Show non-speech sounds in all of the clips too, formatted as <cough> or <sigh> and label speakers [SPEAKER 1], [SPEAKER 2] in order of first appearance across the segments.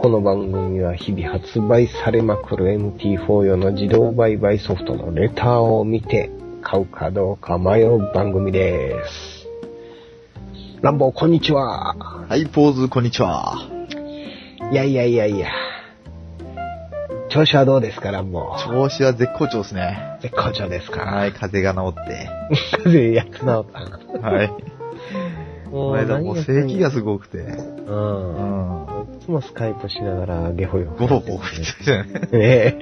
[SPEAKER 1] この番組は日々発売されまくる MT4 用の自動売買ソフトのレターを見て買うかどうか迷う番組です。ランボー、こんにちは。
[SPEAKER 2] はい、ポーズ、こんにちは。
[SPEAKER 1] いやいやいやいや。調子はどうですか、ランボー。
[SPEAKER 2] 調子は絶好調ですね。
[SPEAKER 1] 絶好調ですか。
[SPEAKER 2] はい、風邪が治って。
[SPEAKER 1] 風やつなおったな。
[SPEAKER 2] はい。この間もう咳が
[SPEAKER 1] す
[SPEAKER 2] すごくて。
[SPEAKER 1] う。
[SPEAKER 2] うんん。
[SPEAKER 1] いつもスカイプしながらゲホよ。
[SPEAKER 2] ゴロゴロ言ってたよ <laughs> ね。
[SPEAKER 1] ね <laughs> え。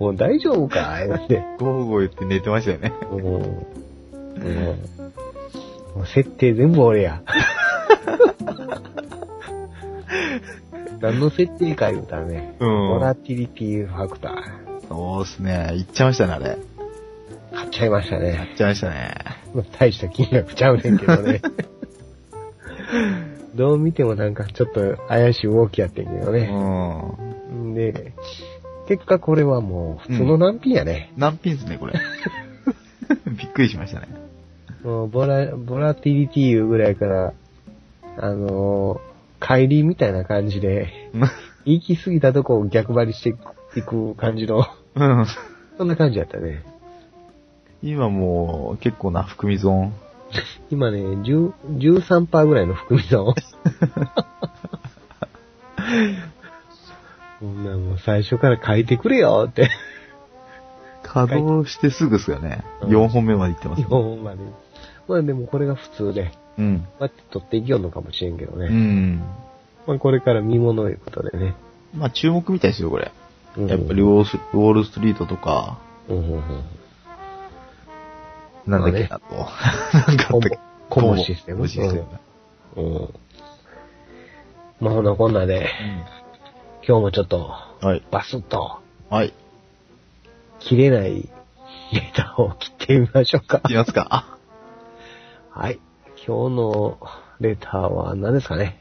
[SPEAKER 1] もう大丈夫かいなんて。
[SPEAKER 2] ゴロゴロ言って寝てましたよね。
[SPEAKER 1] もう、もう、もう設定全部俺
[SPEAKER 2] <laughs>
[SPEAKER 1] や。何の設定か言うたらね、
[SPEAKER 2] う
[SPEAKER 1] ボラ
[SPEAKER 2] ん。
[SPEAKER 1] ティリティファクター、
[SPEAKER 2] そうですね。行っちゃいましたね、あれ。
[SPEAKER 1] 買っちゃいましたね。
[SPEAKER 2] 行っちゃいましたね。
[SPEAKER 1] まあ大した金額ちゃうねんけど
[SPEAKER 2] <laughs>
[SPEAKER 1] ね。どう見てもなんかちょっと怪しい動きやってんけど
[SPEAKER 2] う
[SPEAKER 1] ね。
[SPEAKER 2] ん。
[SPEAKER 1] んで、結果これはもう普通の難品やね。
[SPEAKER 2] 難品ですね、これ。 <laughs> びっくりしましたね。 <laughs>
[SPEAKER 1] もうボラ、ボラティリティいうぐらいから、あのー、帰りみたいな感じで、 <laughs> 行き過ぎたとこを逆張りしていく感じの、 <laughs>
[SPEAKER 2] うん。
[SPEAKER 1] そんな感じだったね。
[SPEAKER 2] 今もう、結構な含み損。
[SPEAKER 1] 今ね、10 13%ぐらいの <laughs> 含み損。そんなもう最初から書いてくれよって。 <laughs>
[SPEAKER 2] 稼働してすぐですよね。
[SPEAKER 1] うん
[SPEAKER 2] 4本目まで行ってます
[SPEAKER 1] 日
[SPEAKER 2] ね。
[SPEAKER 1] 本まで。まあでもこれが普通で、
[SPEAKER 2] うん。
[SPEAKER 1] まあ取っていきよんのかもしれんけどね。
[SPEAKER 2] うん。
[SPEAKER 1] まあこれから見物ということでね。
[SPEAKER 2] まあ注目みたいですよ、これ。
[SPEAKER 1] うん
[SPEAKER 2] やっぱりウォースウォールストリートとか、
[SPEAKER 1] うんうんうん
[SPEAKER 2] なんだっけ
[SPEAKER 1] ま
[SPEAKER 2] なと。 <laughs> なんかあったっけ
[SPEAKER 1] コモコモシステム
[SPEAKER 2] コモシステム。
[SPEAKER 1] うん。まあ、ほなこんなで、今日もちょっと、
[SPEAKER 2] はい。
[SPEAKER 1] バスッと、
[SPEAKER 2] はい。
[SPEAKER 1] 切れないネタを切ってみましょうか
[SPEAKER 2] い。きますか。あ、
[SPEAKER 1] はい。今日のレターは何ですかね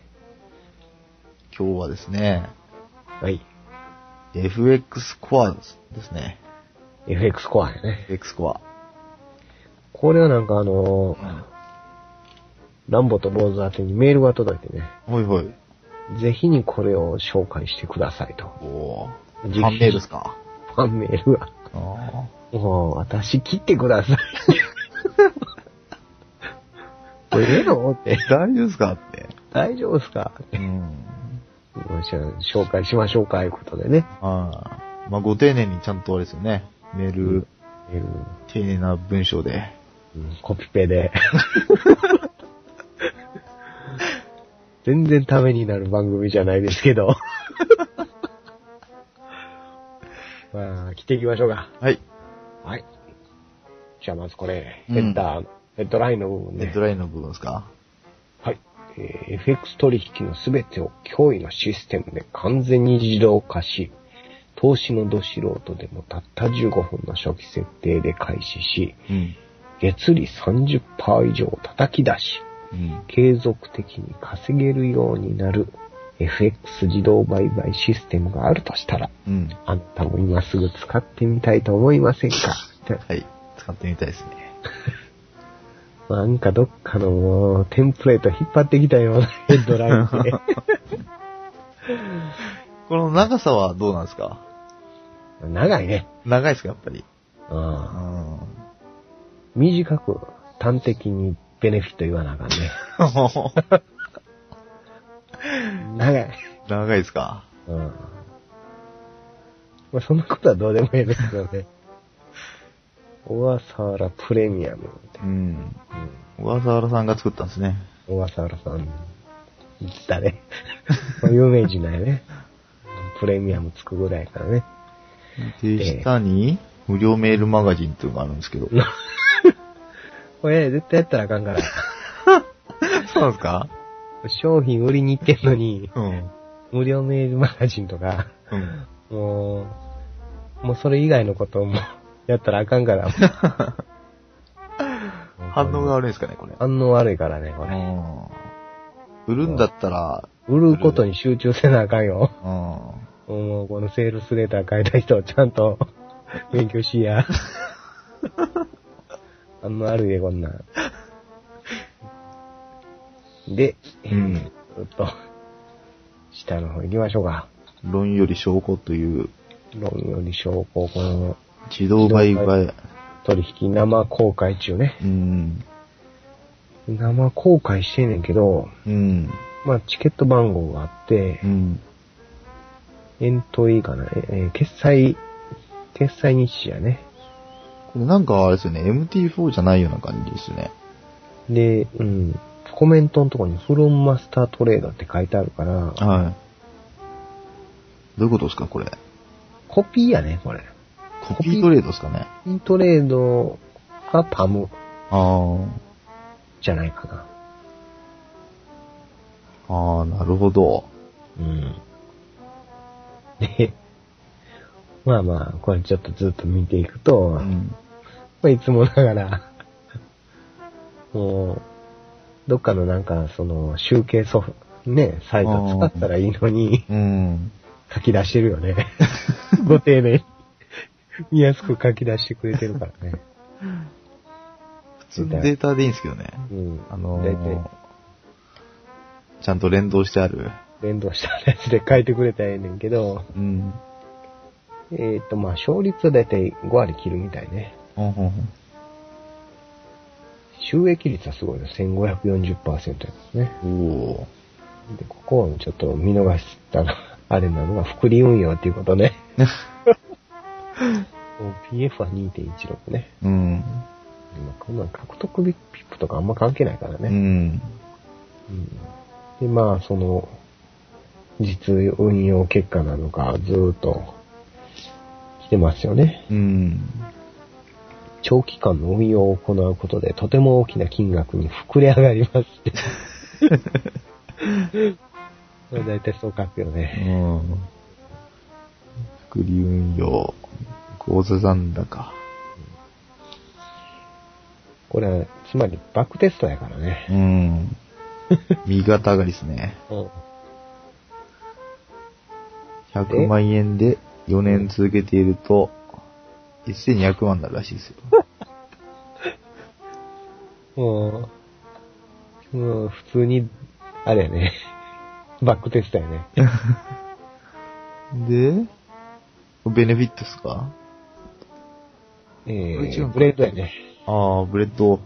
[SPEAKER 2] 今日はですね、
[SPEAKER 1] はい。
[SPEAKER 2] FX コアですね。
[SPEAKER 1] FX コアやね。
[SPEAKER 2] FX コア。
[SPEAKER 1] これはなんかあのー
[SPEAKER 2] は
[SPEAKER 1] ランボと坊主宛てにメールが届いてね、
[SPEAKER 2] いはい。
[SPEAKER 1] ぜひにこれを紹介してくださいと。
[SPEAKER 2] おー。フ
[SPEAKER 1] 実
[SPEAKER 2] ァンメールですか。
[SPEAKER 1] ファンメールが。
[SPEAKER 2] あ
[SPEAKER 1] もう、私切ってください。 <laughs> これええのって。
[SPEAKER 2] ー大丈夫ですかって。
[SPEAKER 1] 大丈夫ですか
[SPEAKER 2] うん。
[SPEAKER 1] もちろん紹介しましょうか、いうことでね。
[SPEAKER 2] はい。まあ、ご丁寧にちゃんとあれですよね。メール、
[SPEAKER 1] えー
[SPEAKER 2] 丁寧な文章で。
[SPEAKER 1] うんコピペで。 <laughs> 全然ためになる番組じゃないですけど。 <laughs> まあ、切っていきましょうか。
[SPEAKER 2] はい。
[SPEAKER 1] はい。じゃあまずこれ、
[SPEAKER 2] うん
[SPEAKER 1] ヘッダー、ヘッドラインの部分
[SPEAKER 2] ヘ
[SPEAKER 1] ね
[SPEAKER 2] ッ。ドラインの部分ですか。
[SPEAKER 1] はい。えー FX 取引のすべてを脅威のシステムで完全に自動化し、投資のど素人でもたった15分の初期設定で開始し、
[SPEAKER 2] うん。
[SPEAKER 1] 月利30%以上を叩き出し、
[SPEAKER 2] うん。
[SPEAKER 1] 継続的に稼げるようになる FX 自動売買システムがあるとしたら、
[SPEAKER 2] うん。
[SPEAKER 1] あんたも今すぐ使ってみたいと思いませんか
[SPEAKER 2] はい。使ってみたいですね。
[SPEAKER 1] なんかどっかのもう、テンプレート引っ張ってきたようなヘッドラインで。
[SPEAKER 2] この長さはどうなんですか
[SPEAKER 1] 長いね。
[SPEAKER 2] 長いですか、やっぱり。
[SPEAKER 1] うん
[SPEAKER 2] う。ん。
[SPEAKER 1] 短く、端的にベネフィット言わなあかんね。 <laughs> 長い。
[SPEAKER 2] 長いですか
[SPEAKER 1] うん。まあ、そんなことはどうでもいいですけどね。小笠原プレミアムって。
[SPEAKER 2] うん。小笠原さんが作ったんですね。
[SPEAKER 1] 小笠原さん、 <laughs> 誰有名人だよね。プレミアムつくぐらいからね。
[SPEAKER 2] で、下に、無料メールマガジンっていうのがあるんですけ <laughs> ど。
[SPEAKER 1] これ、絶対やったらあかんから。
[SPEAKER 2] そうなんですか
[SPEAKER 1] <laughs> 商品売りに行ってんのに、
[SPEAKER 2] うん。
[SPEAKER 1] 無料メールマガジンとか、
[SPEAKER 2] うん。
[SPEAKER 1] もう、もうそれ以外のことをもうやったらあかんから。
[SPEAKER 2] <laughs> 反応が悪いんですかね、これ。
[SPEAKER 1] 反応悪いからね、こ
[SPEAKER 2] う
[SPEAKER 1] れ。
[SPEAKER 2] ん。売るんだったら、
[SPEAKER 1] 売ることに集中せなあかんよ。
[SPEAKER 2] うん。
[SPEAKER 1] もうこのセールスレター書いた人をちゃんと <laughs> 勉強しや。あんま悪いで、こんなん。で、
[SPEAKER 2] うん
[SPEAKER 1] えっと、下の方行きましょうか。
[SPEAKER 2] 論より証拠という
[SPEAKER 1] 論より証拠、この
[SPEAKER 2] 自動売買、
[SPEAKER 1] 取引生公開中ね。
[SPEAKER 2] うん、
[SPEAKER 1] 生公開してんねんけど、
[SPEAKER 2] うん、
[SPEAKER 1] まあチケット番号があって
[SPEAKER 2] う、ん、
[SPEAKER 1] エントリーかな、ええー決済、決済日誌やね。
[SPEAKER 2] これなんかあれですよね、MT4 じゃないような感じですね。
[SPEAKER 1] で、うん、コメントのとこにフロンマスタートレーダーって書いてあるから、
[SPEAKER 2] はい。どういうことですか、これ。
[SPEAKER 1] コピーやね、これ。
[SPEAKER 2] コピートレードですかね。
[SPEAKER 1] イントレードかパム
[SPEAKER 2] あ
[SPEAKER 1] じゃないかな。
[SPEAKER 2] あ、ああ、なるほど。
[SPEAKER 1] うん。で、まあまあ、これちょっとずっと見ていくと、
[SPEAKER 2] う
[SPEAKER 1] ま
[SPEAKER 2] ん。
[SPEAKER 1] あいつもながら、 <laughs> もう、どっかのなんか、その、集計ソフト、ね、サイト使ったらいいのに、
[SPEAKER 2] うん。
[SPEAKER 1] 書き出してるよね。 <laughs> ご丁寧に。見やすく書き出してくれてるから
[SPEAKER 2] <laughs>
[SPEAKER 1] ね。
[SPEAKER 2] 普通のデータでいいんですけどね。
[SPEAKER 1] うん。
[SPEAKER 2] あの
[SPEAKER 1] 大体
[SPEAKER 2] ー、ちゃんと連動してある。
[SPEAKER 1] 連動したやつで書いてくれたらええねんけど、
[SPEAKER 2] うん。
[SPEAKER 1] えっ、と、まあ、勝率はだいたい5割切るみたいね。
[SPEAKER 2] ほんほんほん
[SPEAKER 1] 収益率はすごいね。1540%やすね。
[SPEAKER 2] おー
[SPEAKER 1] で、ここをちょっと見逃したら、 <laughs> あれなのが、複利運用っていうこと <laughs> ね。PF は2.16ね。
[SPEAKER 2] う
[SPEAKER 1] ま
[SPEAKER 2] ん。
[SPEAKER 1] あこんなん獲得ビップとかあんま関係ないから
[SPEAKER 2] う
[SPEAKER 1] ね。
[SPEAKER 2] ん。
[SPEAKER 1] うんで、まあ、その、実運用結果なのか、ずーっと来てますよね。
[SPEAKER 2] うん。
[SPEAKER 1] 長期間の運用を行うことで、とても大きな金額に膨れ上がります <laughs> って。これ大体そう書くよ
[SPEAKER 2] う
[SPEAKER 1] ね。
[SPEAKER 2] ん。福利運用、口座残高。
[SPEAKER 1] これは、つまりバックテストやからね。
[SPEAKER 2] <laughs> うん。右肩上がりですね。100万円で4年続けていると、1200万になるらしいですよ。
[SPEAKER 1] もう、もう普通に、あれやね。 <laughs> バックテストやね。
[SPEAKER 2] <laughs> で、ベネフィットですか
[SPEAKER 1] え
[SPEAKER 2] これ
[SPEAKER 1] ー、
[SPEAKER 2] 違うのか
[SPEAKER 1] ブレードやね。
[SPEAKER 2] ああ、ブレッド。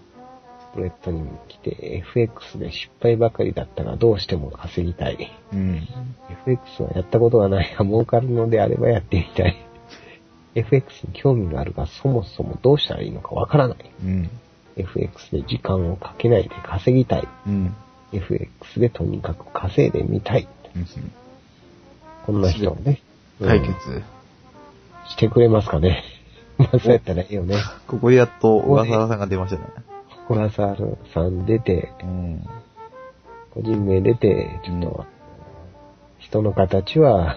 [SPEAKER 1] ブレッドに来て、FX で失敗ばかりだったが、どうしても稼ぎたい。
[SPEAKER 2] うん。
[SPEAKER 1] FX はやったことがないが <laughs> 儲かるのであればやってみたい。FX に興味があるが、そもそもどうしたらいいのかわからない。
[SPEAKER 2] うん。
[SPEAKER 1] FX で時間をかけないで稼ぎたい。
[SPEAKER 2] うん。
[SPEAKER 1] FX でとにかく稼いでみたい。こんな人をね、うん
[SPEAKER 2] 解決。
[SPEAKER 1] してくれますかね。まあそうやったらいいよね。
[SPEAKER 2] ここでやっと小笠原さんが出ましたね。
[SPEAKER 1] 小笠原さん出て、
[SPEAKER 2] うん。
[SPEAKER 1] 個人名出て、ちょっと、人の形は、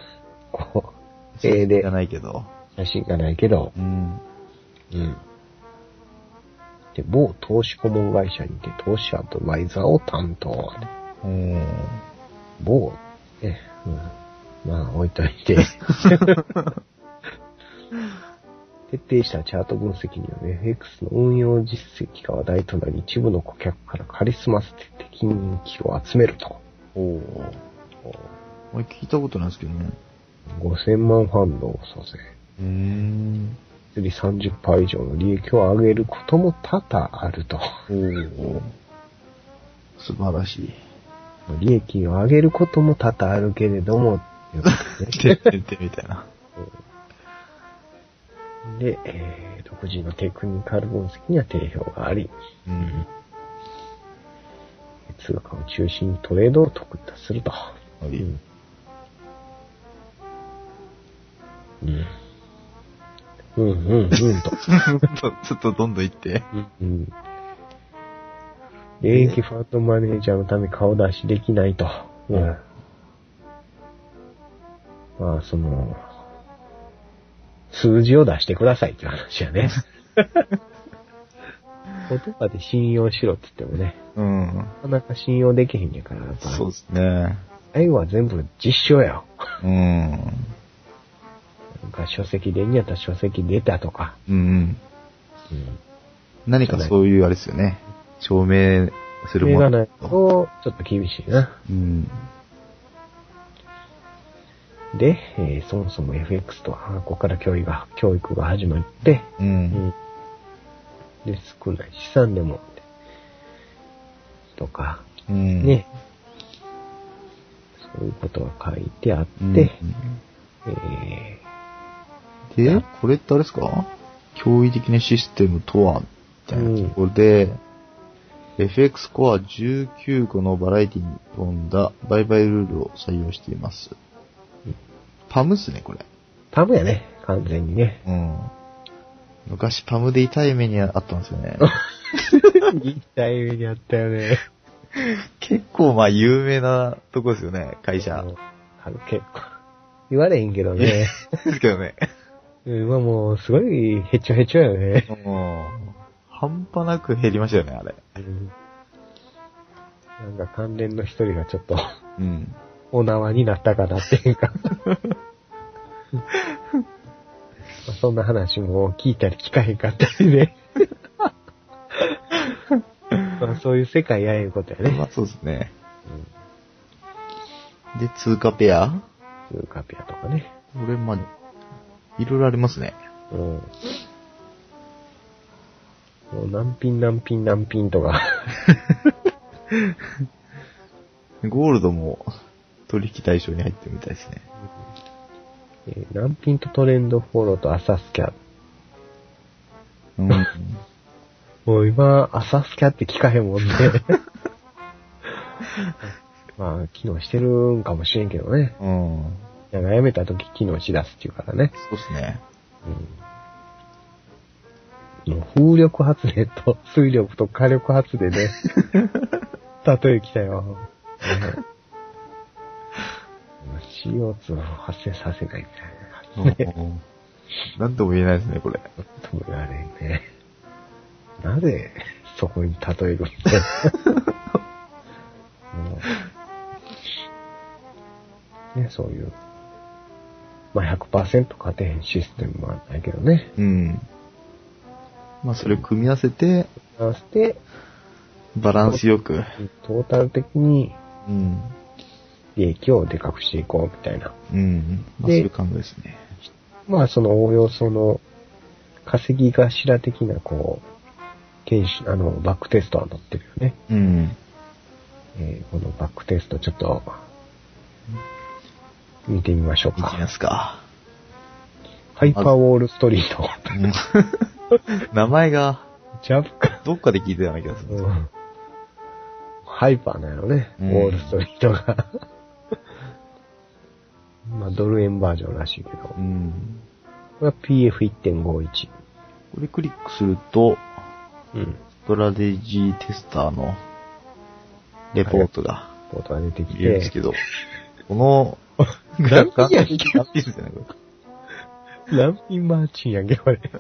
[SPEAKER 1] こう、絵で
[SPEAKER 2] じゃないけど。
[SPEAKER 1] 写真がないけど、
[SPEAKER 2] うん。
[SPEAKER 1] うん。で、某投資顧問会社にて投資アドバイザーを担当。
[SPEAKER 2] うん。
[SPEAKER 1] 某、ね、うん。まあ、置いといて。徹底したチャート分析による FX の運用実績が話題となり、一部の顧客からカリスマ性的人気を集めると。
[SPEAKER 2] おお。俺聞いたことないですけどね。
[SPEAKER 1] 5000万ファンドを蘇生。
[SPEAKER 2] うん。
[SPEAKER 1] より30%以上の利益を上げることも多々あると。
[SPEAKER 2] おお。素晴ら <laughs> しい。
[SPEAKER 1] 利益を上げることも多々あるけれども、
[SPEAKER 2] てってってみたいな。
[SPEAKER 1] で、えー独自のテクニカル分析には定評があり、
[SPEAKER 2] うん。
[SPEAKER 1] 通貨を中心にトレードを得意とすると。
[SPEAKER 2] は
[SPEAKER 1] う
[SPEAKER 2] い。
[SPEAKER 1] ん。うん。うん、うん、うんと。
[SPEAKER 2] <laughs> ちょっとどんどん行って。
[SPEAKER 1] うん。現役ファンドマネージャーのため顔出しできないと。うん。まあ、その、数字を出してくださいっていう話やね。言葉で信用しろって言ってもね、
[SPEAKER 2] うん。
[SPEAKER 1] なかなか信用できへんやから、やっぱり
[SPEAKER 2] そうですね。
[SPEAKER 1] 最後は全部実証やよ。
[SPEAKER 2] うん。
[SPEAKER 1] なんか書籍でんやったら書籍出たとか。
[SPEAKER 2] うん。
[SPEAKER 1] うん。
[SPEAKER 2] 何かそういうあれですよね。証明す
[SPEAKER 1] そ
[SPEAKER 2] る
[SPEAKER 1] れ
[SPEAKER 2] も
[SPEAKER 1] が
[SPEAKER 2] の
[SPEAKER 1] ないと、ちょっと厳しいな。
[SPEAKER 2] うん。
[SPEAKER 1] で、えーそもそも FX とは、ここから教育が、教育が始まって、
[SPEAKER 2] う。
[SPEAKER 1] うんん。で、少ない資産でも、とか、
[SPEAKER 2] うん。
[SPEAKER 1] ね、そういうことが書いてあって、
[SPEAKER 2] うん。
[SPEAKER 1] え
[SPEAKER 2] で、これってあれですか驚異的なシステムとはみたいなところで、FX コア19個のバラエティに富んだ売買ルールを採用しています。パムっすね、これ。
[SPEAKER 1] ー、パブやね、完全に <laughs> ね。
[SPEAKER 2] うん。昔パムで痛い目にあったんですよね。 <laughs>
[SPEAKER 1] 一体目にあったよね。
[SPEAKER 2] 結構まあ有名なとこですよね、会社。
[SPEAKER 1] あの、結構。言われへんけどね。
[SPEAKER 2] <laughs> ですけどね。
[SPEAKER 1] うん、まあもう、すごい、へちょへちょよね。
[SPEAKER 2] うん。半端なく減りましたよね、あれ。
[SPEAKER 1] うんなんか関連の一人がちょっと、
[SPEAKER 2] うん。
[SPEAKER 1] お縄になったかなっていうか。まあそんな話も聞いたり聞かへんかったりで。まあそういう世界やいうことやね。
[SPEAKER 2] まあそうですね。で、通貨ペア
[SPEAKER 1] うん。カピアとかね。
[SPEAKER 2] これ、まあ、いろいろありますね。
[SPEAKER 1] うん。もう難品難品難品とか。
[SPEAKER 2] ゴールドも取引対象に入ってるみたいですね。
[SPEAKER 1] えー難品とトレンドフォローとアサスキャ。
[SPEAKER 2] うん。
[SPEAKER 1] もう今、アサスキャって聞かへんもんね。まあ、機能してるんかもしれんけどね。
[SPEAKER 2] うん。
[SPEAKER 1] なんかやめた時機能しだすっていうからね。
[SPEAKER 2] そうですね。
[SPEAKER 1] もう風力発電と水力と火力発電で、例え来たよ。 <laughs> うん CO2 を発生させないみたい
[SPEAKER 2] <laughs>
[SPEAKER 1] な。ね、
[SPEAKER 2] うんなんとも言えないですね、これ。
[SPEAKER 1] とも言われんね。なぜ、そこに例えるみたいな。うんね、そういう。まあ、100%勝てへんシステムもあないけどね。
[SPEAKER 2] うん。まあ、それを組み合わせて、
[SPEAKER 1] 合わせて、
[SPEAKER 2] バランスよく。
[SPEAKER 1] トータル的に
[SPEAKER 2] うん。
[SPEAKER 1] 利益をでかくしていこうみたいな。
[SPEAKER 2] うん。まあ、そう
[SPEAKER 1] で
[SPEAKER 2] いう感じですね。
[SPEAKER 1] まあ、そのおおよその、稼ぎ頭的な、こう、検視、あの、バックテストは載ってるよね。
[SPEAKER 2] うん。
[SPEAKER 1] えーこのバックテスト、ちょっと、見てみましょう
[SPEAKER 2] いきま
[SPEAKER 1] か。
[SPEAKER 2] す <laughs> か。
[SPEAKER 1] ハイパーウォールストリート。
[SPEAKER 2] 名前が、
[SPEAKER 1] ジャブか。
[SPEAKER 2] どっかで聞いてたような気がするんですよ。
[SPEAKER 1] ハイパーなのね、
[SPEAKER 2] うん
[SPEAKER 1] ウォールストリートが。 <laughs> まあ、ドル円バージョンらしいけど。こ
[SPEAKER 2] うん。
[SPEAKER 1] れは PF1.51。
[SPEAKER 2] これクリックすると、
[SPEAKER 1] うん。
[SPEAKER 2] ストラテジーテスターのレポートが
[SPEAKER 1] ポートが出てき
[SPEAKER 2] 見えるんです
[SPEAKER 1] て
[SPEAKER 2] け、ど、この、
[SPEAKER 1] なんかやんけ
[SPEAKER 2] ランピースじゃないこ
[SPEAKER 1] ランピンマーチンやんけ、これ。
[SPEAKER 2] れ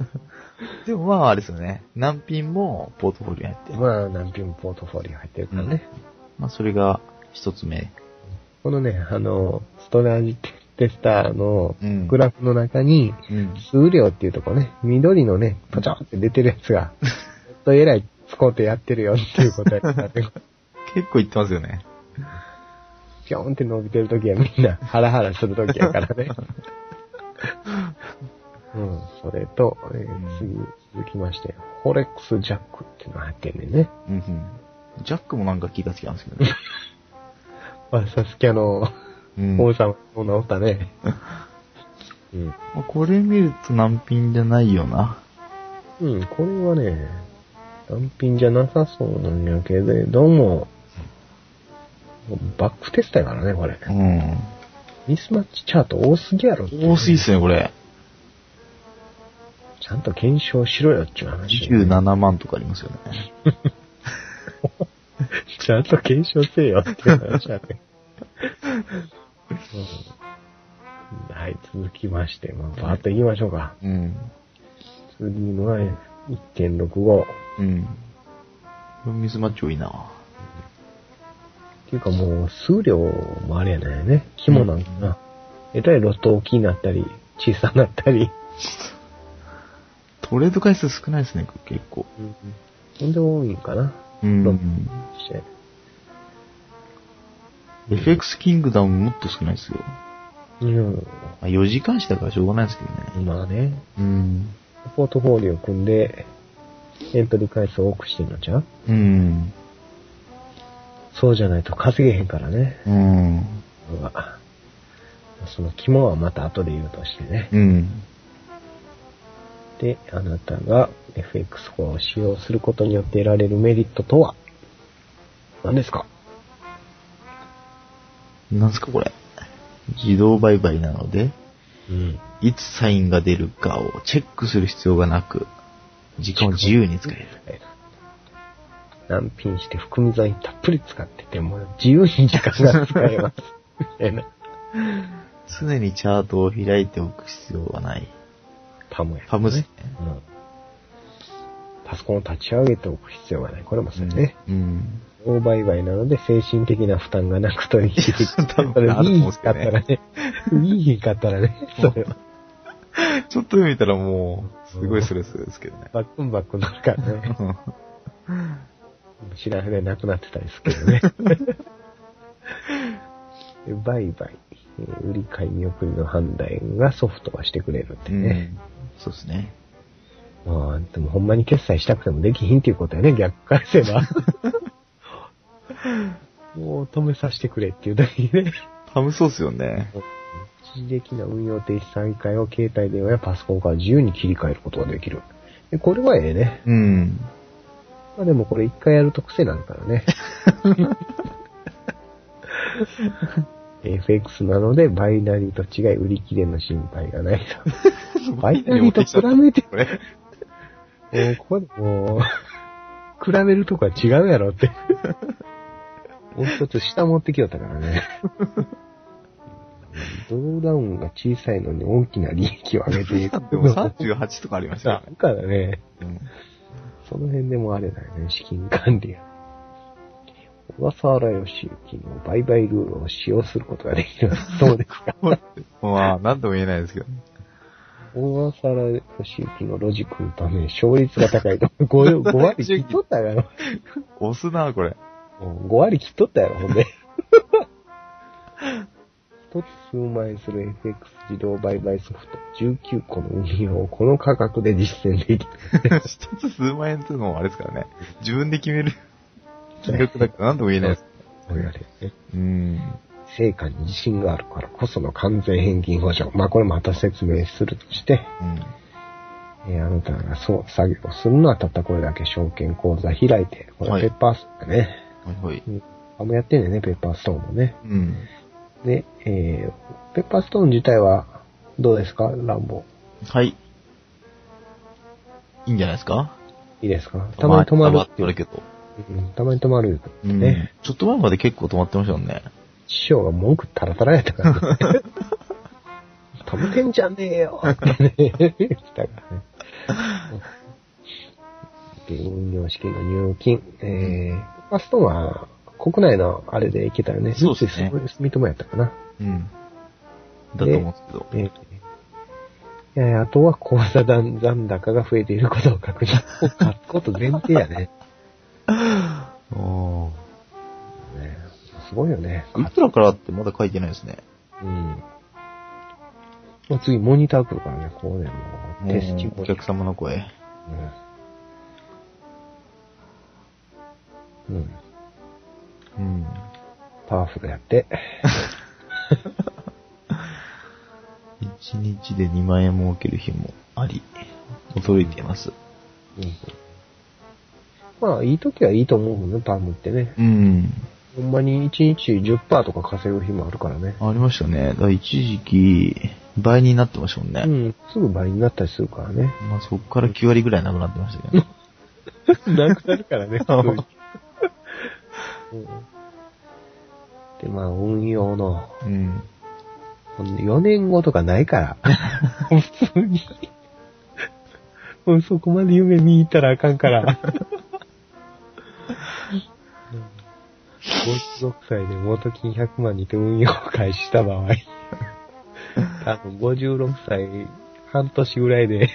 [SPEAKER 2] でもまああれですよね、難品もポートフォリオに入ってる。
[SPEAKER 1] <laughs> まあ、何品もポートフォリオ入ってるからね。
[SPEAKER 2] まあそれが一つ目。
[SPEAKER 1] このね、あの、ストラージテスターの
[SPEAKER 2] うん
[SPEAKER 1] グラフの中に、
[SPEAKER 2] うん。
[SPEAKER 1] 数量っていうとこね、緑のね、パチョンって出てるやつが、ずっとえらい使うてやってるよっていうことやからね。 <laughs>
[SPEAKER 2] 結構いってますよね。
[SPEAKER 1] ピョンって伸びてるときはみんなハラハラするときやからね。うん、それと、えー次、続きまして、フォレックスジャックっていうのが入ってんねんね。
[SPEAKER 2] うんうん。ジャックもなんか聞いた気がするん <laughs> ですけ
[SPEAKER 1] まあ、サスキャの
[SPEAKER 2] どね。うん。
[SPEAKER 1] 王様の直ったね。うん。
[SPEAKER 2] まあこれ見ると難品じゃないよな。
[SPEAKER 1] うん、これはね、単品じゃなさそうなんやけれども、バックテストやからね、これ。
[SPEAKER 2] うん。
[SPEAKER 1] ミスマッチチャート多すぎやろ。
[SPEAKER 2] 多すぎっすね、これ。
[SPEAKER 1] ちゃんと検証しろよっていう話。
[SPEAKER 2] 27万とかありますよね。
[SPEAKER 1] <laughs> ちゃんと検証せえよっていう話だね。 <laughs> うんはい、続きまして、まあ、バーッと行きましょうか。
[SPEAKER 2] うん。
[SPEAKER 1] 次のは1.65。っ
[SPEAKER 2] うん。これミスマッチ多いな。
[SPEAKER 1] ていうかもう、数量もあれやないね。肝なんかな。えらいロット大きいなったり、小さなったり。
[SPEAKER 2] トレード回数少ないですね、結構。
[SPEAKER 1] ほんで多いんかな。
[SPEAKER 2] うん。
[SPEAKER 1] して。
[SPEAKER 2] FX キングダムもっと少ないですよ。
[SPEAKER 1] うん。
[SPEAKER 2] まあ、4時間しだからしょうがないですけどね。
[SPEAKER 1] まあね。
[SPEAKER 2] うん。
[SPEAKER 1] ポートフォーリオ組んで、エントリー回数多くしてんのちゃう
[SPEAKER 2] うん。
[SPEAKER 1] そうじゃないと稼げへんからね。
[SPEAKER 2] うん。
[SPEAKER 1] うわその肝はまた後で言うとしてね。
[SPEAKER 2] うん。
[SPEAKER 1] で、あなたが FX コアを使用することによって得られるメリットとは何ですか
[SPEAKER 2] なんすかこれ。自動売買なので、
[SPEAKER 1] うん。
[SPEAKER 2] いつサインが出るかをチェックする必要がなく、時間を自由に使える。
[SPEAKER 1] 難品して含み剤たっぷり使ってても自由に時間が使
[SPEAKER 2] <laughs>
[SPEAKER 1] えます。みたいな。
[SPEAKER 2] 常にチャートを開いておく必要はない。
[SPEAKER 1] パムや、
[SPEAKER 2] パムですね。
[SPEAKER 1] うん。パソコンを立ち上げておく必要がない。これもそれね。
[SPEAKER 2] うん。
[SPEAKER 1] 大売買なので精神的な負担がなくという。
[SPEAKER 2] <laughs> 多分あると思うんですけどね
[SPEAKER 1] いい買った
[SPEAKER 2] <laughs>
[SPEAKER 1] らね。いい買ったらね。それは。
[SPEAKER 2] ちょっと見たらもう、すごいストレスですけどね。
[SPEAKER 1] バックンバックンなるからね。知らんでなくなってたりするけどね。 <laughs> で売買、えー売り買い見送りの判断がソフトはしてくれるって <laughs> ね。
[SPEAKER 2] そうですね。
[SPEAKER 1] まあ、でもほんまに決済したくてもできひんっていうことやね、逆返せば。 <laughs> もう止めさせてくれっていうだけでね。
[SPEAKER 2] パムそうっすよね。
[SPEAKER 1] 一時的な運用停止再開を携帯電話やパソコンから自由に切り替えることができる。でこれはええね。
[SPEAKER 2] うん。
[SPEAKER 1] まあでもこれ一回やると癖なんからね。FX なので、バイナリーと違い、売り切れの心配がない
[SPEAKER 2] <laughs>
[SPEAKER 1] と。バイナリーと比べて、
[SPEAKER 2] これ。
[SPEAKER 1] もうここでもう、比べるとこは違うやろって。もう一つ下持ってきよったから
[SPEAKER 2] <laughs>
[SPEAKER 1] ね。ドローダウンが小さいのに大きな利益を上げていく。
[SPEAKER 2] でも38とか
[SPEAKER 1] <laughs>
[SPEAKER 2] ありましたよ
[SPEAKER 1] だ。からね。
[SPEAKER 2] うん
[SPEAKER 1] その辺でもあれだよね、資金管理や。小笠原義之の売買ルールを使用することができる。そうですか。
[SPEAKER 2] まあ、なんとも言えないですけど。
[SPEAKER 1] 小笠原義之のロジックのため、勝率が高いと。5, <laughs> 5割切っとったやろ。
[SPEAKER 2] 押すな、これ。
[SPEAKER 1] <laughs> 5割切っとったやろ、ほんで。 <laughs> 一つ数万円する FX 自動売買ソフト19個の運用をこの価格で実践できる。
[SPEAKER 2] 一つ数万円っていうのもあれですからね。自分で決 <laughs> める金額だからなんとも言えないです。
[SPEAKER 1] これあれね
[SPEAKER 2] うん。
[SPEAKER 1] 成果に自信があるからこその完全返金保証。まあこれまた説明するとして、
[SPEAKER 2] うん。
[SPEAKER 1] えーあなたがそう作業するのはたったこれだけ証券口座開いて、こ
[SPEAKER 2] は
[SPEAKER 1] れ
[SPEAKER 2] い
[SPEAKER 1] ペッパーストンだね。
[SPEAKER 2] ほいほい。
[SPEAKER 1] あ、もうやってんだよね、ペッパーストーンもね。
[SPEAKER 2] うん。
[SPEAKER 1] で、えー、ペッパーストーン自体はどうですかランボ
[SPEAKER 2] はい。いいんじゃないですか
[SPEAKER 1] ー。いいですかたまに止まるってい
[SPEAKER 2] 止ま
[SPEAKER 1] う
[SPEAKER 2] る。けど。
[SPEAKER 1] うんたまに止まるって
[SPEAKER 2] うん
[SPEAKER 1] ね。
[SPEAKER 2] ちょっと前まで結構止まってましたもんね。
[SPEAKER 1] 師匠が文句タラタラやったから、ね。止めてんじゃねえよって <laughs> ね、言ってたからね。で運用資金の入金。えー、パストンは国内のあれでいけたよね。
[SPEAKER 2] そうですね
[SPEAKER 1] 三井住友やったかな。
[SPEAKER 2] うん。だと思うんですけど。
[SPEAKER 1] えーえーあとは口座残残高が増えていることを
[SPEAKER 2] <laughs>
[SPEAKER 1] 確認。書くこと前提やね。
[SPEAKER 2] あ
[SPEAKER 1] ねすごいよね。
[SPEAKER 2] あ。いくらからってまだ書いてないですね。
[SPEAKER 1] うん。もう次、モニター来るからね、こうでもう、
[SPEAKER 2] も
[SPEAKER 1] テスティ
[SPEAKER 2] うお客様の声。
[SPEAKER 1] うん。うん。
[SPEAKER 2] うん。
[SPEAKER 1] パワフルやって。
[SPEAKER 2] 一日で2万円儲ける日もあり、驚いています。
[SPEAKER 1] うん。まあ、いい時はいいと思うもんね、パームってね。
[SPEAKER 2] うん。
[SPEAKER 1] ほんまに1日10%とか稼ぐ日もあるからね。
[SPEAKER 2] ありましたね。だから一時期、倍になってましたもんね。
[SPEAKER 1] うん。すぐ倍になったりするからね。
[SPEAKER 2] まあそこから9割ぐらいなくなってましたけど、ね。
[SPEAKER 1] <laughs> なくなるからね、
[SPEAKER 2] 普通に
[SPEAKER 1] で、まあ、運用の、
[SPEAKER 2] うん。
[SPEAKER 1] ほんで4年後とかない <laughs> から。普通に。もうそこまで夢見入ったらあかん <laughs> から。56歳で元金100万にて運用を開始した場合、多分56歳半年ぐらい <laughs> で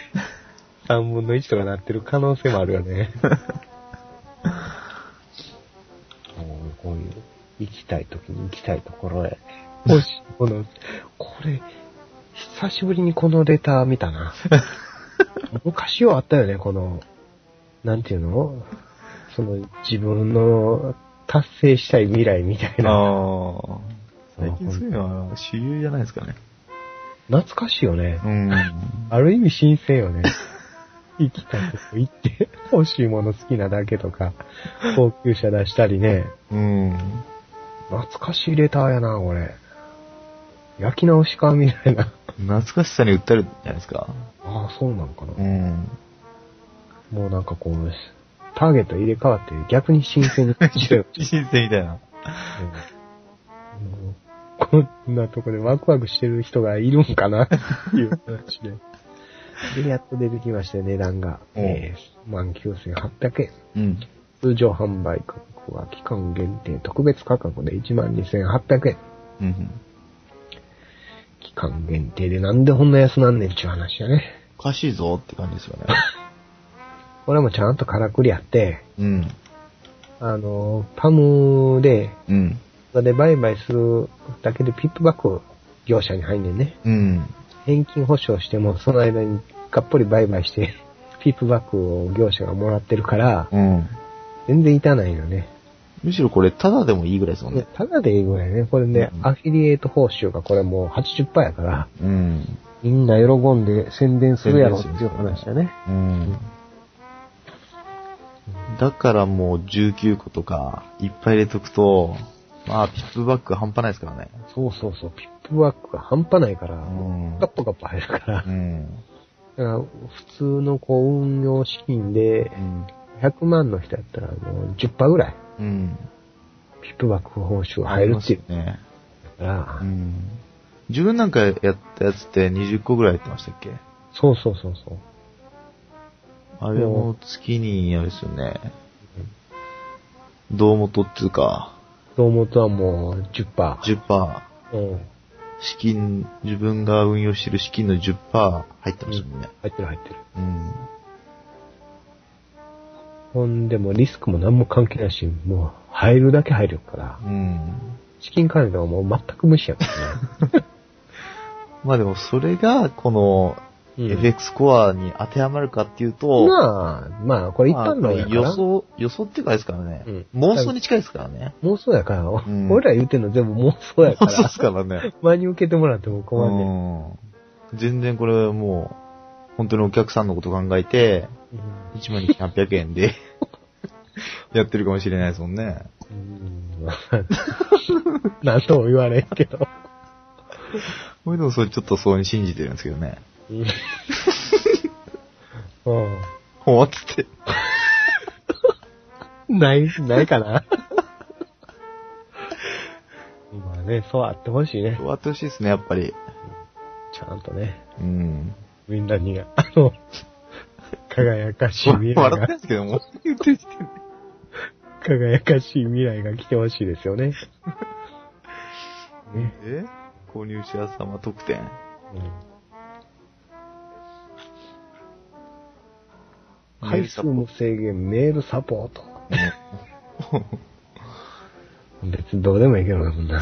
[SPEAKER 1] 3分の1とかなってる可能性もあるよね。もうこういう、行きたい時に行きたいところへ欲しいもの。これ、久しぶりにこのレター見たな。昔はあったよね、この、なんていうのその、自分の達成したい未来みたいな。
[SPEAKER 2] ああ。最近そういうのは主流じゃないですかね。
[SPEAKER 1] 懐かしいよね。
[SPEAKER 2] うん。
[SPEAKER 1] ある意味新鮮よね。行きたいとこ行って、欲しいもの好きなだけとか、高級車出したりね。
[SPEAKER 2] うん。
[SPEAKER 1] 懐かしいレターやな、これ。焼き直しか、みたいな。
[SPEAKER 2] 懐かしさに訴えるんじゃないですか。
[SPEAKER 1] ああ、そうなのかな
[SPEAKER 2] う。ん。。
[SPEAKER 1] もうなんかこう、ターゲット入れ替わって逆に新鮮に感じ <laughs> たよ
[SPEAKER 2] 人生みたいな。
[SPEAKER 1] うんもうこんなとこでワクワクしてる人がいるんかなっていう話で。で、やっと出てきましたよ値段が。
[SPEAKER 2] うん
[SPEAKER 1] えー、19,800円。
[SPEAKER 2] うん。
[SPEAKER 1] 通常販売価格は期間限定特別価格で12,800円。
[SPEAKER 2] うん。
[SPEAKER 1] 期間限定でなんでこんな安なんねんっていう話だね。
[SPEAKER 2] おかしいぞって感じですよね。
[SPEAKER 1] これもちゃんとからくりあって、
[SPEAKER 2] うん。
[SPEAKER 1] あの、パムで、
[SPEAKER 2] うん。
[SPEAKER 1] で売買するだけでピットバック業者に入んねんね。
[SPEAKER 2] うん。
[SPEAKER 1] 返金保証しても、その間にがっぽり売買して、 <laughs> ピップバックを業者がもらってるから、
[SPEAKER 2] うん。
[SPEAKER 1] 全然痛ないよね。
[SPEAKER 2] むしろこれ、ただでもいいぐらいですもんね。
[SPEAKER 1] ただでいいぐらいね。これね、
[SPEAKER 2] うん
[SPEAKER 1] アフィリエイト報酬がこれもう80%やから、
[SPEAKER 2] うん。
[SPEAKER 1] みんな喜んで宣伝するやろっていう話だね。
[SPEAKER 2] うん。だからもう19個とか、いっぱい入れとくと、まあ、ピップバック半端ないですからね。
[SPEAKER 1] そうそうそう、ピップバックが半端ないから、
[SPEAKER 2] うん
[SPEAKER 1] ガッポガッポ入るから、だ
[SPEAKER 2] う
[SPEAKER 1] か
[SPEAKER 2] ん。
[SPEAKER 1] ら普通のこう運用資金で
[SPEAKER 2] うん。
[SPEAKER 1] 100万の人やったらもう10%ぐらい、
[SPEAKER 2] うん。
[SPEAKER 1] ピップバック報酬入るっていう
[SPEAKER 2] ね。
[SPEAKER 1] から、
[SPEAKER 2] うん。自分なんかやったやつって20個ぐらい入ってましたっけ
[SPEAKER 1] そうそうそうそう。
[SPEAKER 2] あれも月に、あれですよね。胴元っていうか、
[SPEAKER 1] 胴元はもう10%。
[SPEAKER 2] 10%、
[SPEAKER 1] うん。
[SPEAKER 2] 資金、自分が運用してる資金の10%入ってましたもんね。
[SPEAKER 1] 入ってる入ってる。
[SPEAKER 2] うん。
[SPEAKER 1] ほんでもうリスクも何も関係ないし、もう入るだけ入るから。
[SPEAKER 2] うん。
[SPEAKER 1] 資金管理とかもう全く無視やから <laughs> ね。
[SPEAKER 2] まあでもそれが、この、
[SPEAKER 1] うん
[SPEAKER 2] FX コアに当てはまるかっていうと、
[SPEAKER 1] まあ、まあ、これ一
[SPEAKER 2] まあ
[SPEAKER 1] 般論やから。
[SPEAKER 2] 予想、予想っていうかあれですからね、
[SPEAKER 1] う
[SPEAKER 2] 妄想に近いですからね。
[SPEAKER 1] 妄想やから、
[SPEAKER 2] ん
[SPEAKER 1] 俺ら言うてんの全部妄想やか
[SPEAKER 2] 妄 <laughs> 想で
[SPEAKER 1] ら、
[SPEAKER 2] すからね。
[SPEAKER 1] 前に受けてもらっても困んねん。
[SPEAKER 2] うん全然これもう、本当にお客さんのこと考えて、1万2800円で、やってるかもしれないですもんね。
[SPEAKER 1] うん。何とも言われんけど。
[SPEAKER 2] 俺でもそれちょっとそうに信じてるんですけどね。
[SPEAKER 1] うん。うん
[SPEAKER 2] ほうっつって。
[SPEAKER 1] ない、ないかな。まあね、そうあってほしいね
[SPEAKER 2] 終。わってほしいですね、やっぱり。
[SPEAKER 1] ちゃんとね、
[SPEAKER 2] うん。
[SPEAKER 1] みんなに、あの、輝かしい未来が、
[SPEAKER 2] 笑ってないですけども。言ってる時点で
[SPEAKER 1] 輝かしい未来が来てほしいですよね。ね、
[SPEAKER 2] え購入者様特典。
[SPEAKER 1] うん。回数も制限、メールサポート。別にどうでもいいけどな、そんなの。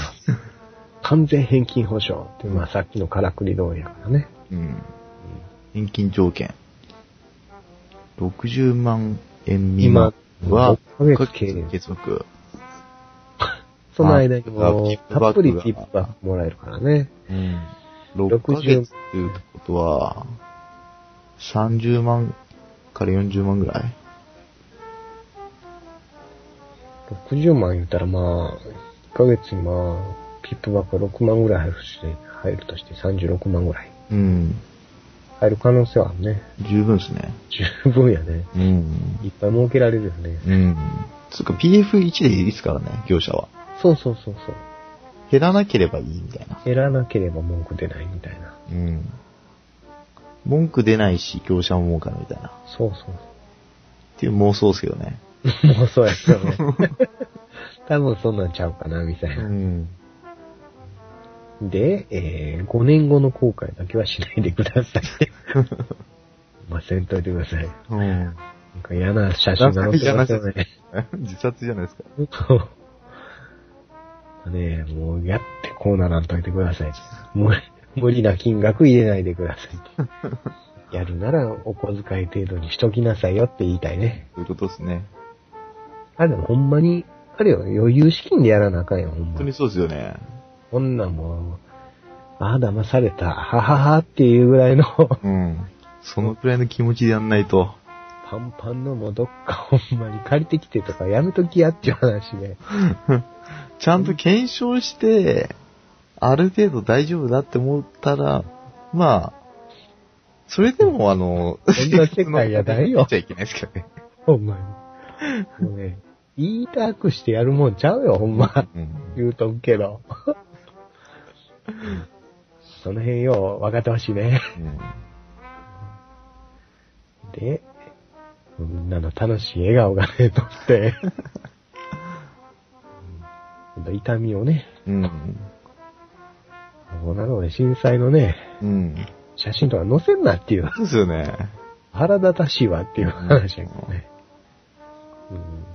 [SPEAKER 1] 完全返金保証って、まあさっきのからくり通りやからね。
[SPEAKER 2] うん。返金条件。60万円未満は、
[SPEAKER 1] 今
[SPEAKER 2] か
[SPEAKER 1] 6
[SPEAKER 2] 月額。
[SPEAKER 1] その間にも
[SPEAKER 2] あ
[SPEAKER 1] う、たっぷりティップバックもらえるからね。
[SPEAKER 2] うん。6ヶ月っていうことは、30万から40万ぐらい
[SPEAKER 1] 60万言ったらまあ、1ヶ月にまあ、ピップバックは6万ぐらい入るとして、入るとして36万ぐらい。
[SPEAKER 2] うん。
[SPEAKER 1] 入る可能性はあるね。
[SPEAKER 2] 十分ですね。
[SPEAKER 1] 十分やね。
[SPEAKER 2] うん。
[SPEAKER 1] いっぱい儲けられるよね。
[SPEAKER 2] うん。つうか PF1 でいいですからね、業者は。
[SPEAKER 1] そうそうそうそう。
[SPEAKER 2] 減らなければいいみたいな。
[SPEAKER 1] 減らなければ文句出ないみたいな。
[SPEAKER 2] うん。文句出ないし、業者も儲かるみたいな。
[SPEAKER 1] そうそう。
[SPEAKER 2] っていう妄想ですけどね。
[SPEAKER 1] もう <laughs> そうやけどね。多分そんなんちゃうかな、みたいな。
[SPEAKER 2] ん。
[SPEAKER 1] で、えー、5年後の後悔だけはしないでください。まあ、せんといてください。
[SPEAKER 2] うん。
[SPEAKER 1] なんか嫌
[SPEAKER 2] <laughs>
[SPEAKER 1] な写真が載ってますよね。
[SPEAKER 2] 自殺じゃないですか。
[SPEAKER 1] こ <laughs> ねえ、もうやってこうならんといてください。無 <laughs> 無理な金額入れないでくださ
[SPEAKER 2] <laughs>
[SPEAKER 1] い。やるならお小遣い程度にしときなさいよって言いたいね。
[SPEAKER 2] そういうことですね。
[SPEAKER 1] あれでもほんまに、あれよ、余裕資金でやらなあかんよ、ほん
[SPEAKER 2] 本
[SPEAKER 1] ま
[SPEAKER 2] 当に
[SPEAKER 1] に。
[SPEAKER 2] そうですよね。
[SPEAKER 1] こんなんもう、ああ、騙された、はははっていうぐらいの
[SPEAKER 2] うん。そのくらいの気持ちでやんないと。
[SPEAKER 1] パンパンのもうどっかほんまに借りてきてとかやめときやっていう話で。
[SPEAKER 2] ちゃんと検証して、ある程度大丈夫だって思ったら、まあ、それでもあの、
[SPEAKER 1] そんな世界やないよ
[SPEAKER 2] <laughs> 言っちゃいけないですけどね。
[SPEAKER 1] ほんまに。もうね、言いたくしてやるもんちゃうよ、ほんま。
[SPEAKER 2] うん。
[SPEAKER 1] 言うとんけど。 <laughs> その辺よ、分かってほしいね。
[SPEAKER 2] うん
[SPEAKER 1] で、みんなの楽しい笑顔がね、と <laughs> って、うん痛みをね、
[SPEAKER 2] うん。
[SPEAKER 1] こうなの俺震災のね、
[SPEAKER 2] うん。
[SPEAKER 1] 写真とか載せんなっていう、
[SPEAKER 2] そうですよね。
[SPEAKER 1] 腹立たしいわっていう話やけどね。うん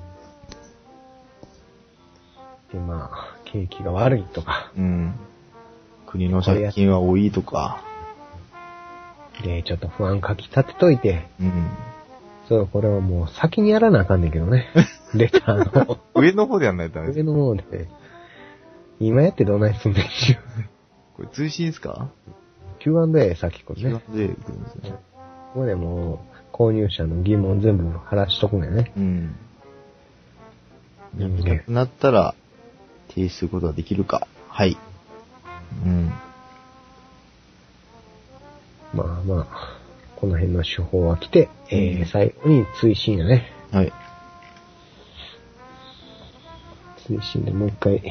[SPEAKER 1] で、まあ、景気が悪いとか、
[SPEAKER 2] うん。国の借金は多いとか。
[SPEAKER 1] で、ちょっと不安かき立てといて、
[SPEAKER 2] うん。
[SPEAKER 1] そう、これはもう先にやらなあかんねんけどね。レターの
[SPEAKER 2] 上の方でやんないとダメです
[SPEAKER 1] 上。の方で、今やってどないすんねんっていう。
[SPEAKER 2] これ通信ですか
[SPEAKER 1] Q&A 先これ
[SPEAKER 2] ?Q&A
[SPEAKER 1] ね。
[SPEAKER 2] 来るんですね。
[SPEAKER 1] ここでもう、購入者の疑問全部晴らしとくねんね。
[SPEAKER 2] うん。
[SPEAKER 1] うん
[SPEAKER 2] なくなったら、停止することができるか。はい。うん。
[SPEAKER 1] まあまあ、この辺の手法は来て、えー、最後に追伸やね。
[SPEAKER 2] はい。
[SPEAKER 1] 追伸でもう一回、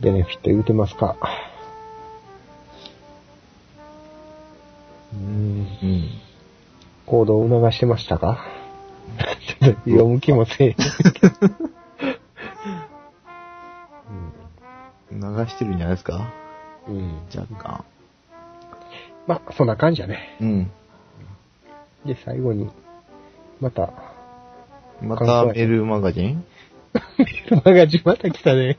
[SPEAKER 1] ベネフィット言うてますか。うーん
[SPEAKER 2] うん。
[SPEAKER 1] 行動を促してましたか <laughs> ちょっと読む気もせえへん。
[SPEAKER 2] 流してるんじゃないですか
[SPEAKER 1] うん。うん。
[SPEAKER 2] 若干。
[SPEAKER 1] まあ、そんな感じやね。
[SPEAKER 2] うん。
[SPEAKER 1] で、最後に、また、 <laughs>
[SPEAKER 2] またメールマガジン
[SPEAKER 1] メールマガジンまた来たね。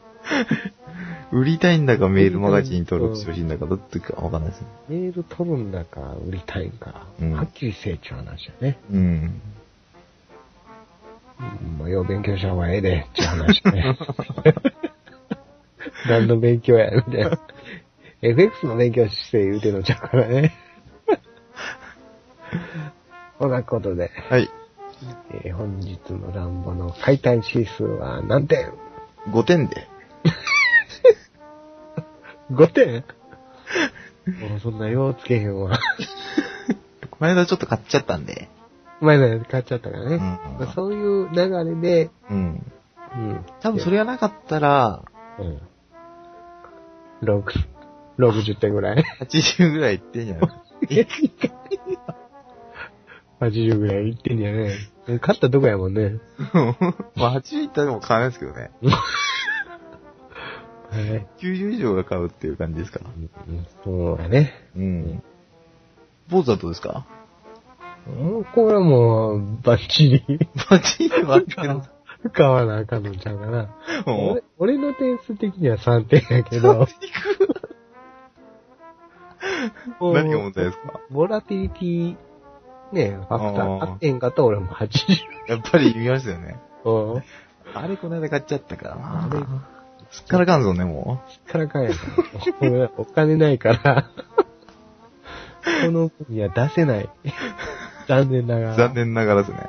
[SPEAKER 2] 売りたいんだかメールマガジンに登録してほしいんだかどっちかわかんないですね。
[SPEAKER 1] メール取るんだか、売りたいんか、
[SPEAKER 2] うん
[SPEAKER 1] はっきりせえっちゅう話やね。
[SPEAKER 2] うん。
[SPEAKER 1] うん、まあ、よう勉強した方がええで、っちゅう話や
[SPEAKER 2] <laughs>
[SPEAKER 1] ね。何の勉強や、みたいな。FX の勉強して言うてんのちゃうから
[SPEAKER 2] <laughs>
[SPEAKER 1] ね。ほなことで。
[SPEAKER 2] はい。
[SPEAKER 1] えー本日の乱暴の解体指数は何点
[SPEAKER 2] 5点で。
[SPEAKER 1] ?5 点もうそんなようつけへんわ。
[SPEAKER 2] この間ちょっと買っちゃったんで。
[SPEAKER 1] 前のやつ買っちゃったからね。
[SPEAKER 2] うん
[SPEAKER 1] まあそういう流れで、
[SPEAKER 2] うん。
[SPEAKER 1] うん。
[SPEAKER 2] 多分それがなかったら、
[SPEAKER 1] うん。6、60点ぐらい
[SPEAKER 2] 80ぐらいいってんじゃない
[SPEAKER 1] ?80 ぐらいいってんじゃねえ。勝ったとこやもんね。
[SPEAKER 2] <laughs> まあ80いったらでも買わないですけどね。
[SPEAKER 1] はい。
[SPEAKER 2] 90以上が買うっていう感じですから。
[SPEAKER 1] うんそうだね。
[SPEAKER 2] うん。坊主はどうですか
[SPEAKER 1] もうこれはもう、バッチリ <laughs>
[SPEAKER 2] バチンはあってんの
[SPEAKER 1] 買わなあかんのちゃうかな。
[SPEAKER 2] もう
[SPEAKER 1] 俺俺の点数的には3点やけど。もう
[SPEAKER 2] 何が問題ですか
[SPEAKER 1] ボラティリティ、ね、ファクター
[SPEAKER 2] あー
[SPEAKER 1] あってんかと俺も80。
[SPEAKER 2] やっぱり見ましたよね。
[SPEAKER 1] うん。
[SPEAKER 2] あれこの間買っちゃったから
[SPEAKER 1] あれ
[SPEAKER 2] な。すっからかんぞね、も
[SPEAKER 1] からかんやから俺お金ない <laughs> から、この子には出せない。残念なが
[SPEAKER 2] う。
[SPEAKER 1] ら。
[SPEAKER 2] 残念ながらですね。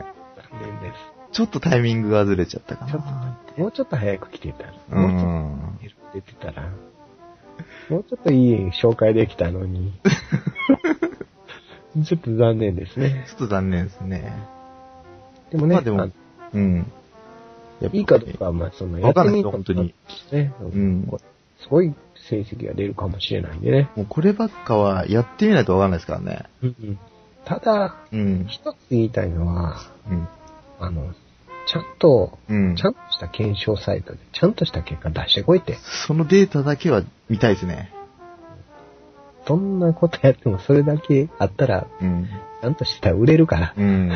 [SPEAKER 1] 残念で
[SPEAKER 2] ちょっとタイミングがずれちゃったかな。
[SPEAKER 1] す。もうちょっと早く来てたら。
[SPEAKER 2] う
[SPEAKER 1] もうちょっ
[SPEAKER 2] ん。
[SPEAKER 1] と早く出てたら。もうちょっといい紹介できたの
[SPEAKER 2] <laughs>
[SPEAKER 1] に。ちょっと残念ですね。
[SPEAKER 2] ちょっと残念ですね。
[SPEAKER 1] でもね、
[SPEAKER 2] まあでも
[SPEAKER 1] あの
[SPEAKER 2] うん。やっぱり
[SPEAKER 1] いいかどうかは、まあその、
[SPEAKER 2] わかんないです
[SPEAKER 1] や
[SPEAKER 2] よ、
[SPEAKER 1] ってみ
[SPEAKER 2] 本
[SPEAKER 1] た
[SPEAKER 2] 当
[SPEAKER 1] らね、
[SPEAKER 2] に。ん
[SPEAKER 1] すごい成績が出るかもしれないんでね。
[SPEAKER 2] もうこればっかはやってみないとわかんないですからね。
[SPEAKER 1] ただ、
[SPEAKER 2] うん。
[SPEAKER 1] 一つ言いたいのは、
[SPEAKER 2] うん。
[SPEAKER 1] あの、ちゃんと、
[SPEAKER 2] うん。
[SPEAKER 1] ちゃんとした検証サイトで、ちゃんとした結果出してこいって。
[SPEAKER 2] そのデータだけは見たいですね。
[SPEAKER 1] どんなことやってもそれだけあったら、
[SPEAKER 2] うん。
[SPEAKER 1] ちゃんとしたら売れるから。
[SPEAKER 2] うん。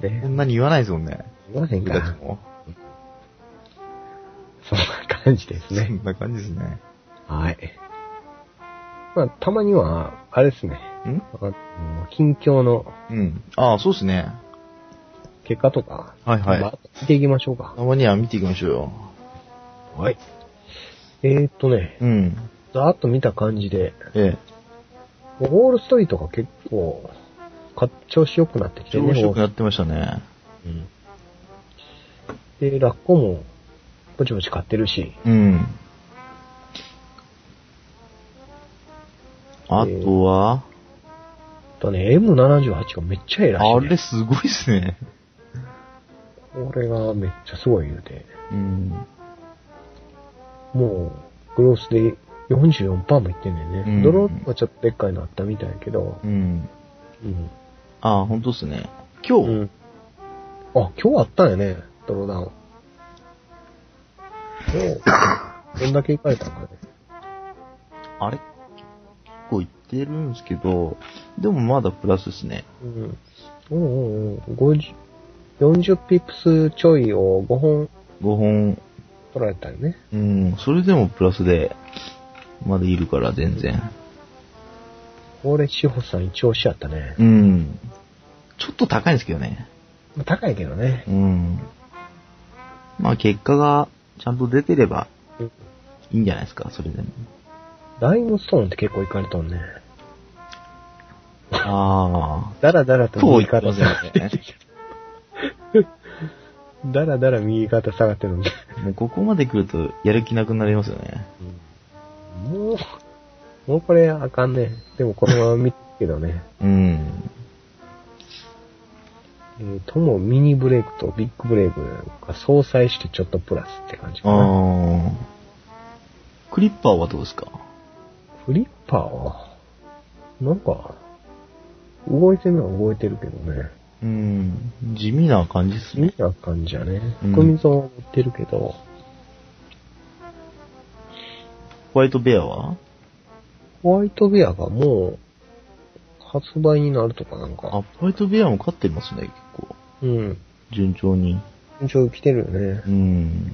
[SPEAKER 2] こ
[SPEAKER 1] ね。
[SPEAKER 2] んなに言わないですもんね。
[SPEAKER 1] 言わへん
[SPEAKER 2] 僕
[SPEAKER 1] か
[SPEAKER 2] たち
[SPEAKER 1] ら。
[SPEAKER 2] も。
[SPEAKER 1] そんな感じです <laughs>
[SPEAKER 2] そ
[SPEAKER 1] ね。
[SPEAKER 2] んな感じですね。
[SPEAKER 1] はい。まあ、たまには、あれですね。
[SPEAKER 2] ん
[SPEAKER 1] あの近況の
[SPEAKER 2] うん。ああ、そうですね。
[SPEAKER 1] 結果とか、
[SPEAKER 2] はいはい
[SPEAKER 1] まあ見ていきましょうか。
[SPEAKER 2] たまには見ていきましょうよ。
[SPEAKER 1] はい。えー、っとね、
[SPEAKER 2] うん。
[SPEAKER 1] ざーっと見た感じで、
[SPEAKER 2] ええ。
[SPEAKER 1] ウォールストリートが結構、か調子良くなってきて
[SPEAKER 2] 調
[SPEAKER 1] ね。
[SPEAKER 2] 子よくなってましたね。
[SPEAKER 1] うんで、ラッコも、ぼちぼち買ってるし、
[SPEAKER 2] うん。あとは、
[SPEAKER 1] あとね、M78 がめっちゃええらしい、ね。
[SPEAKER 2] あれすごいっすね。
[SPEAKER 1] これがめっちゃすごい言うて。
[SPEAKER 2] うん。
[SPEAKER 1] もう、グロースで44%もいってんねんね。
[SPEAKER 2] うん
[SPEAKER 1] ドローはちょっとでっかいのあったみたいやけど
[SPEAKER 2] う、ん。
[SPEAKER 1] うん。
[SPEAKER 2] ああ、ほんとっすね。今日、
[SPEAKER 1] うんあ、今日あったんやね、ドローダウン。今日、どんだけ行かれたんかね。
[SPEAKER 2] あれ結構いってるんですけど、でもまだプラスっすね。
[SPEAKER 1] うん。うんうんうん。50 40ピップスちょいを5本
[SPEAKER 2] 5本、
[SPEAKER 1] 取られたよね。
[SPEAKER 2] うん、それでもプラスで、まだいるから全然。
[SPEAKER 1] これ、志保さん一押しやったね。
[SPEAKER 2] うん。ちょっと高いんですけどね。
[SPEAKER 1] まあ高いけどね。
[SPEAKER 2] うん。まあ結果がちゃんと出てれば
[SPEAKER 1] うん
[SPEAKER 2] いいんじゃないですか、それでも。
[SPEAKER 1] ライムストーンって結構行かれとんね。
[SPEAKER 2] あ
[SPEAKER 1] だらだらと
[SPEAKER 2] そう
[SPEAKER 1] 右
[SPEAKER 2] 言っ
[SPEAKER 1] 肩
[SPEAKER 2] てま
[SPEAKER 1] 下が
[SPEAKER 2] す
[SPEAKER 1] っ
[SPEAKER 2] よ
[SPEAKER 1] て
[SPEAKER 2] ね。
[SPEAKER 1] だらだら右肩下がってるんで。
[SPEAKER 2] あ、もうここまで来るとやる気なくなりますよね。
[SPEAKER 1] もう、もうこれあかんね。でもこのまま見てるけどね。
[SPEAKER 2] うん。
[SPEAKER 1] えーともミニブレイクとビッグブレイクが相殺してちょっとプラスって感じかな。
[SPEAKER 2] ああ。クリッパーはどうですか
[SPEAKER 1] フリッパーは、なんか、動いてるのは動いてるけどね。
[SPEAKER 2] うん。地味な感じです
[SPEAKER 1] み
[SPEAKER 2] ね。
[SPEAKER 1] たいな感じやね。
[SPEAKER 2] うん
[SPEAKER 1] 含み損は持ってるけど、
[SPEAKER 2] ホワイトベアは
[SPEAKER 1] ホワイトベアがもう、発売になるとかなん
[SPEAKER 2] あ、
[SPEAKER 1] か。
[SPEAKER 2] ホワイトベアも勝ってますね、結構。
[SPEAKER 1] うん。
[SPEAKER 2] 順調に。
[SPEAKER 1] 順調に来てるよね
[SPEAKER 2] う。ん。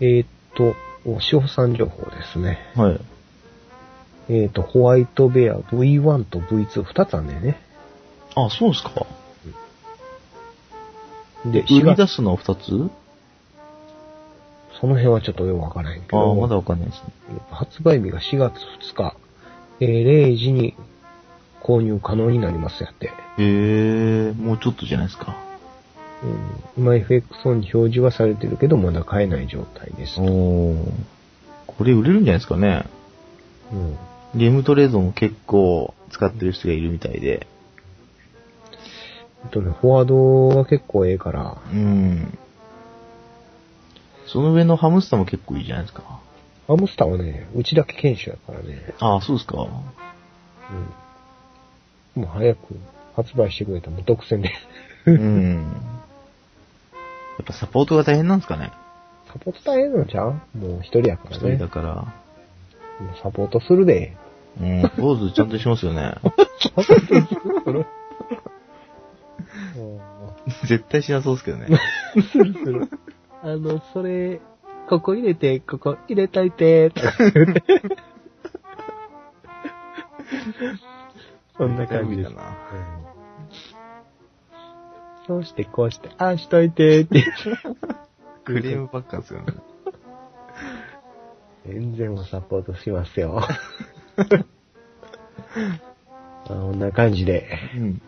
[SPEAKER 1] えーっと、おしほさん情報ですね。
[SPEAKER 2] はい。
[SPEAKER 1] えーっと、ホワイトベア V1 と V2、二つあんだよね。
[SPEAKER 2] あ、そうですか。
[SPEAKER 1] で、
[SPEAKER 2] 売り
[SPEAKER 1] 4
[SPEAKER 2] 出
[SPEAKER 1] 月、
[SPEAKER 2] すのは2つ
[SPEAKER 1] その辺はちょっとよくわからへんけ
[SPEAKER 2] ああ
[SPEAKER 1] ど、
[SPEAKER 2] ー、まだわかんないですね。
[SPEAKER 1] 発売日が4月2日、えー0時に購入可能になりますやって。
[SPEAKER 2] へえ、もうちょっとじゃないですか。
[SPEAKER 1] うん、今 FX オンに表示はされてるけど、まだ買えない状態です。
[SPEAKER 2] おー。これ売れるんじゃないですかね。
[SPEAKER 1] うん
[SPEAKER 2] ゲームトレードも結構使ってる人がいるみたいで。
[SPEAKER 1] えっとね、フォワードは結構ええから、
[SPEAKER 2] うん。その上のハムスターも結構いいじゃないですか。
[SPEAKER 1] ハムスターはね、うちだけ研修やからね、
[SPEAKER 2] ああ、そうですか。
[SPEAKER 1] うん。もう早く発売してくれたらもう独占で、 <laughs>
[SPEAKER 2] うん。やっぱサポートが大変なんですかね。
[SPEAKER 1] サポート大変なんちゃうもう一人やか
[SPEAKER 2] 一
[SPEAKER 1] ら
[SPEAKER 2] 人
[SPEAKER 1] ね。
[SPEAKER 2] だから。
[SPEAKER 1] もうサポートするで。
[SPEAKER 2] うん、ポーズちゃんとしますよ <laughs> ね。絶対しなそうですけどね。
[SPEAKER 1] するする。あの、それ、ここ入れて、ここ入れといて、とか言うてそんな感じです
[SPEAKER 2] だ。な。
[SPEAKER 1] そうして、こうして、ああしといて、って。
[SPEAKER 2] クレームばっかですよね。
[SPEAKER 1] 全然もうサポートします <laughs> よ。あこんな感じで。
[SPEAKER 2] うん。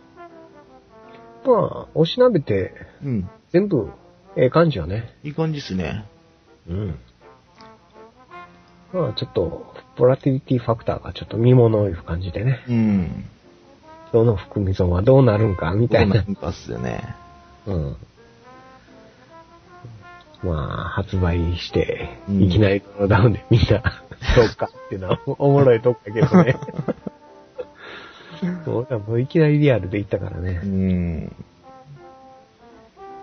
[SPEAKER 1] まあ、おしなべて、
[SPEAKER 2] うん。
[SPEAKER 1] 全部、ええ感じよね。
[SPEAKER 2] いい感じですね。
[SPEAKER 1] うん。まあ、ちょっと、ボラティリティファクターがちょっと見ものをいう感じでね。
[SPEAKER 2] うん。
[SPEAKER 1] その含み損はどうなるんか、みたいな。
[SPEAKER 2] んかっすよね。
[SPEAKER 1] うん。まあ、発売して、
[SPEAKER 2] うん
[SPEAKER 1] いきなりドローダウンでみん <laughs> な、どっかっていうのはおもろいとこだけど <laughs> ね。そう俺はもういきなりリアルで行ったから
[SPEAKER 2] う
[SPEAKER 1] ね。
[SPEAKER 2] ん。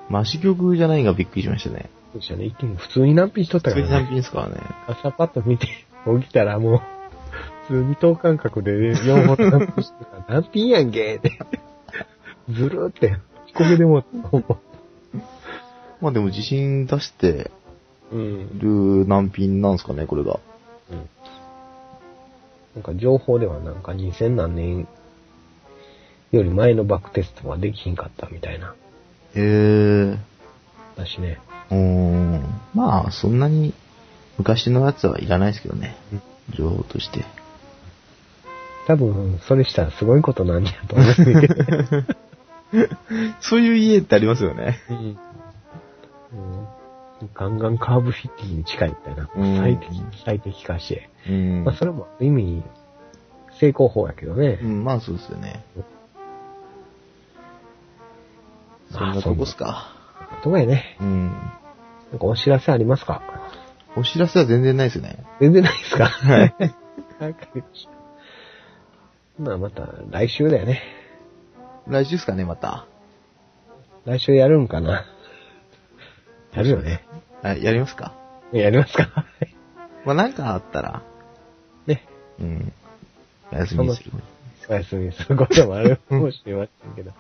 [SPEAKER 2] マシ曲じゃないがびっくりしましたね。
[SPEAKER 1] そうでしたね。一気に普通に難品しとった
[SPEAKER 2] そ
[SPEAKER 1] か
[SPEAKER 2] れ
[SPEAKER 1] ら
[SPEAKER 2] 単
[SPEAKER 1] ね。
[SPEAKER 2] 品ですからね。
[SPEAKER 1] 朝パッと見て、起きたらもう、普通に等間隔で4本難品してた <laughs> から、難品やんけって。ずるーって、こけでもう、
[SPEAKER 2] まあでも自信出して、
[SPEAKER 1] うん。
[SPEAKER 2] る難品なんですかね、これが。
[SPEAKER 1] うんなんか情報ではなんか2000何年より前のバックテストはできひんかったみたいな。
[SPEAKER 2] へえ。
[SPEAKER 1] だしね。
[SPEAKER 2] うーん。まあ、そんなに昔のやつはいらないですけどね。情報として。
[SPEAKER 1] 多分、それしたらすごいことなんやと思うんだけど。
[SPEAKER 2] そういう家ってありますよね。
[SPEAKER 1] <laughs> うんガンガンカーブフィッティに近いみたいな。
[SPEAKER 2] うん
[SPEAKER 1] 最適、最適化して。
[SPEAKER 2] うん
[SPEAKER 1] まあ、それもある意味、成功法やけどね。
[SPEAKER 2] うん、まあそうですよね。そ
[SPEAKER 1] まあ
[SPEAKER 2] んなとこっすか。
[SPEAKER 1] とかやね。
[SPEAKER 2] うん。
[SPEAKER 1] なんかお知らせありますか
[SPEAKER 2] お知らせは全然ないですね。。
[SPEAKER 1] 全然ないですかはい <laughs> わかりました。まあまた来週だよね。
[SPEAKER 2] 来週っすかね、また。
[SPEAKER 1] 来週やるんかなやるよね。
[SPEAKER 2] あ、やりますか。
[SPEAKER 1] やりますか <laughs> はい
[SPEAKER 2] まあなんかあったら、
[SPEAKER 1] ね。
[SPEAKER 2] うん。お休みにする。
[SPEAKER 1] お休みすることもあ
[SPEAKER 2] <laughs>
[SPEAKER 1] るかもしれませんけど。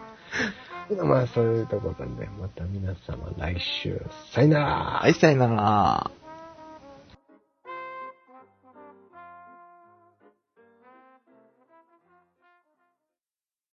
[SPEAKER 1] まあそういうところなんで、また皆様来週、さよなら
[SPEAKER 2] はい、さよなら。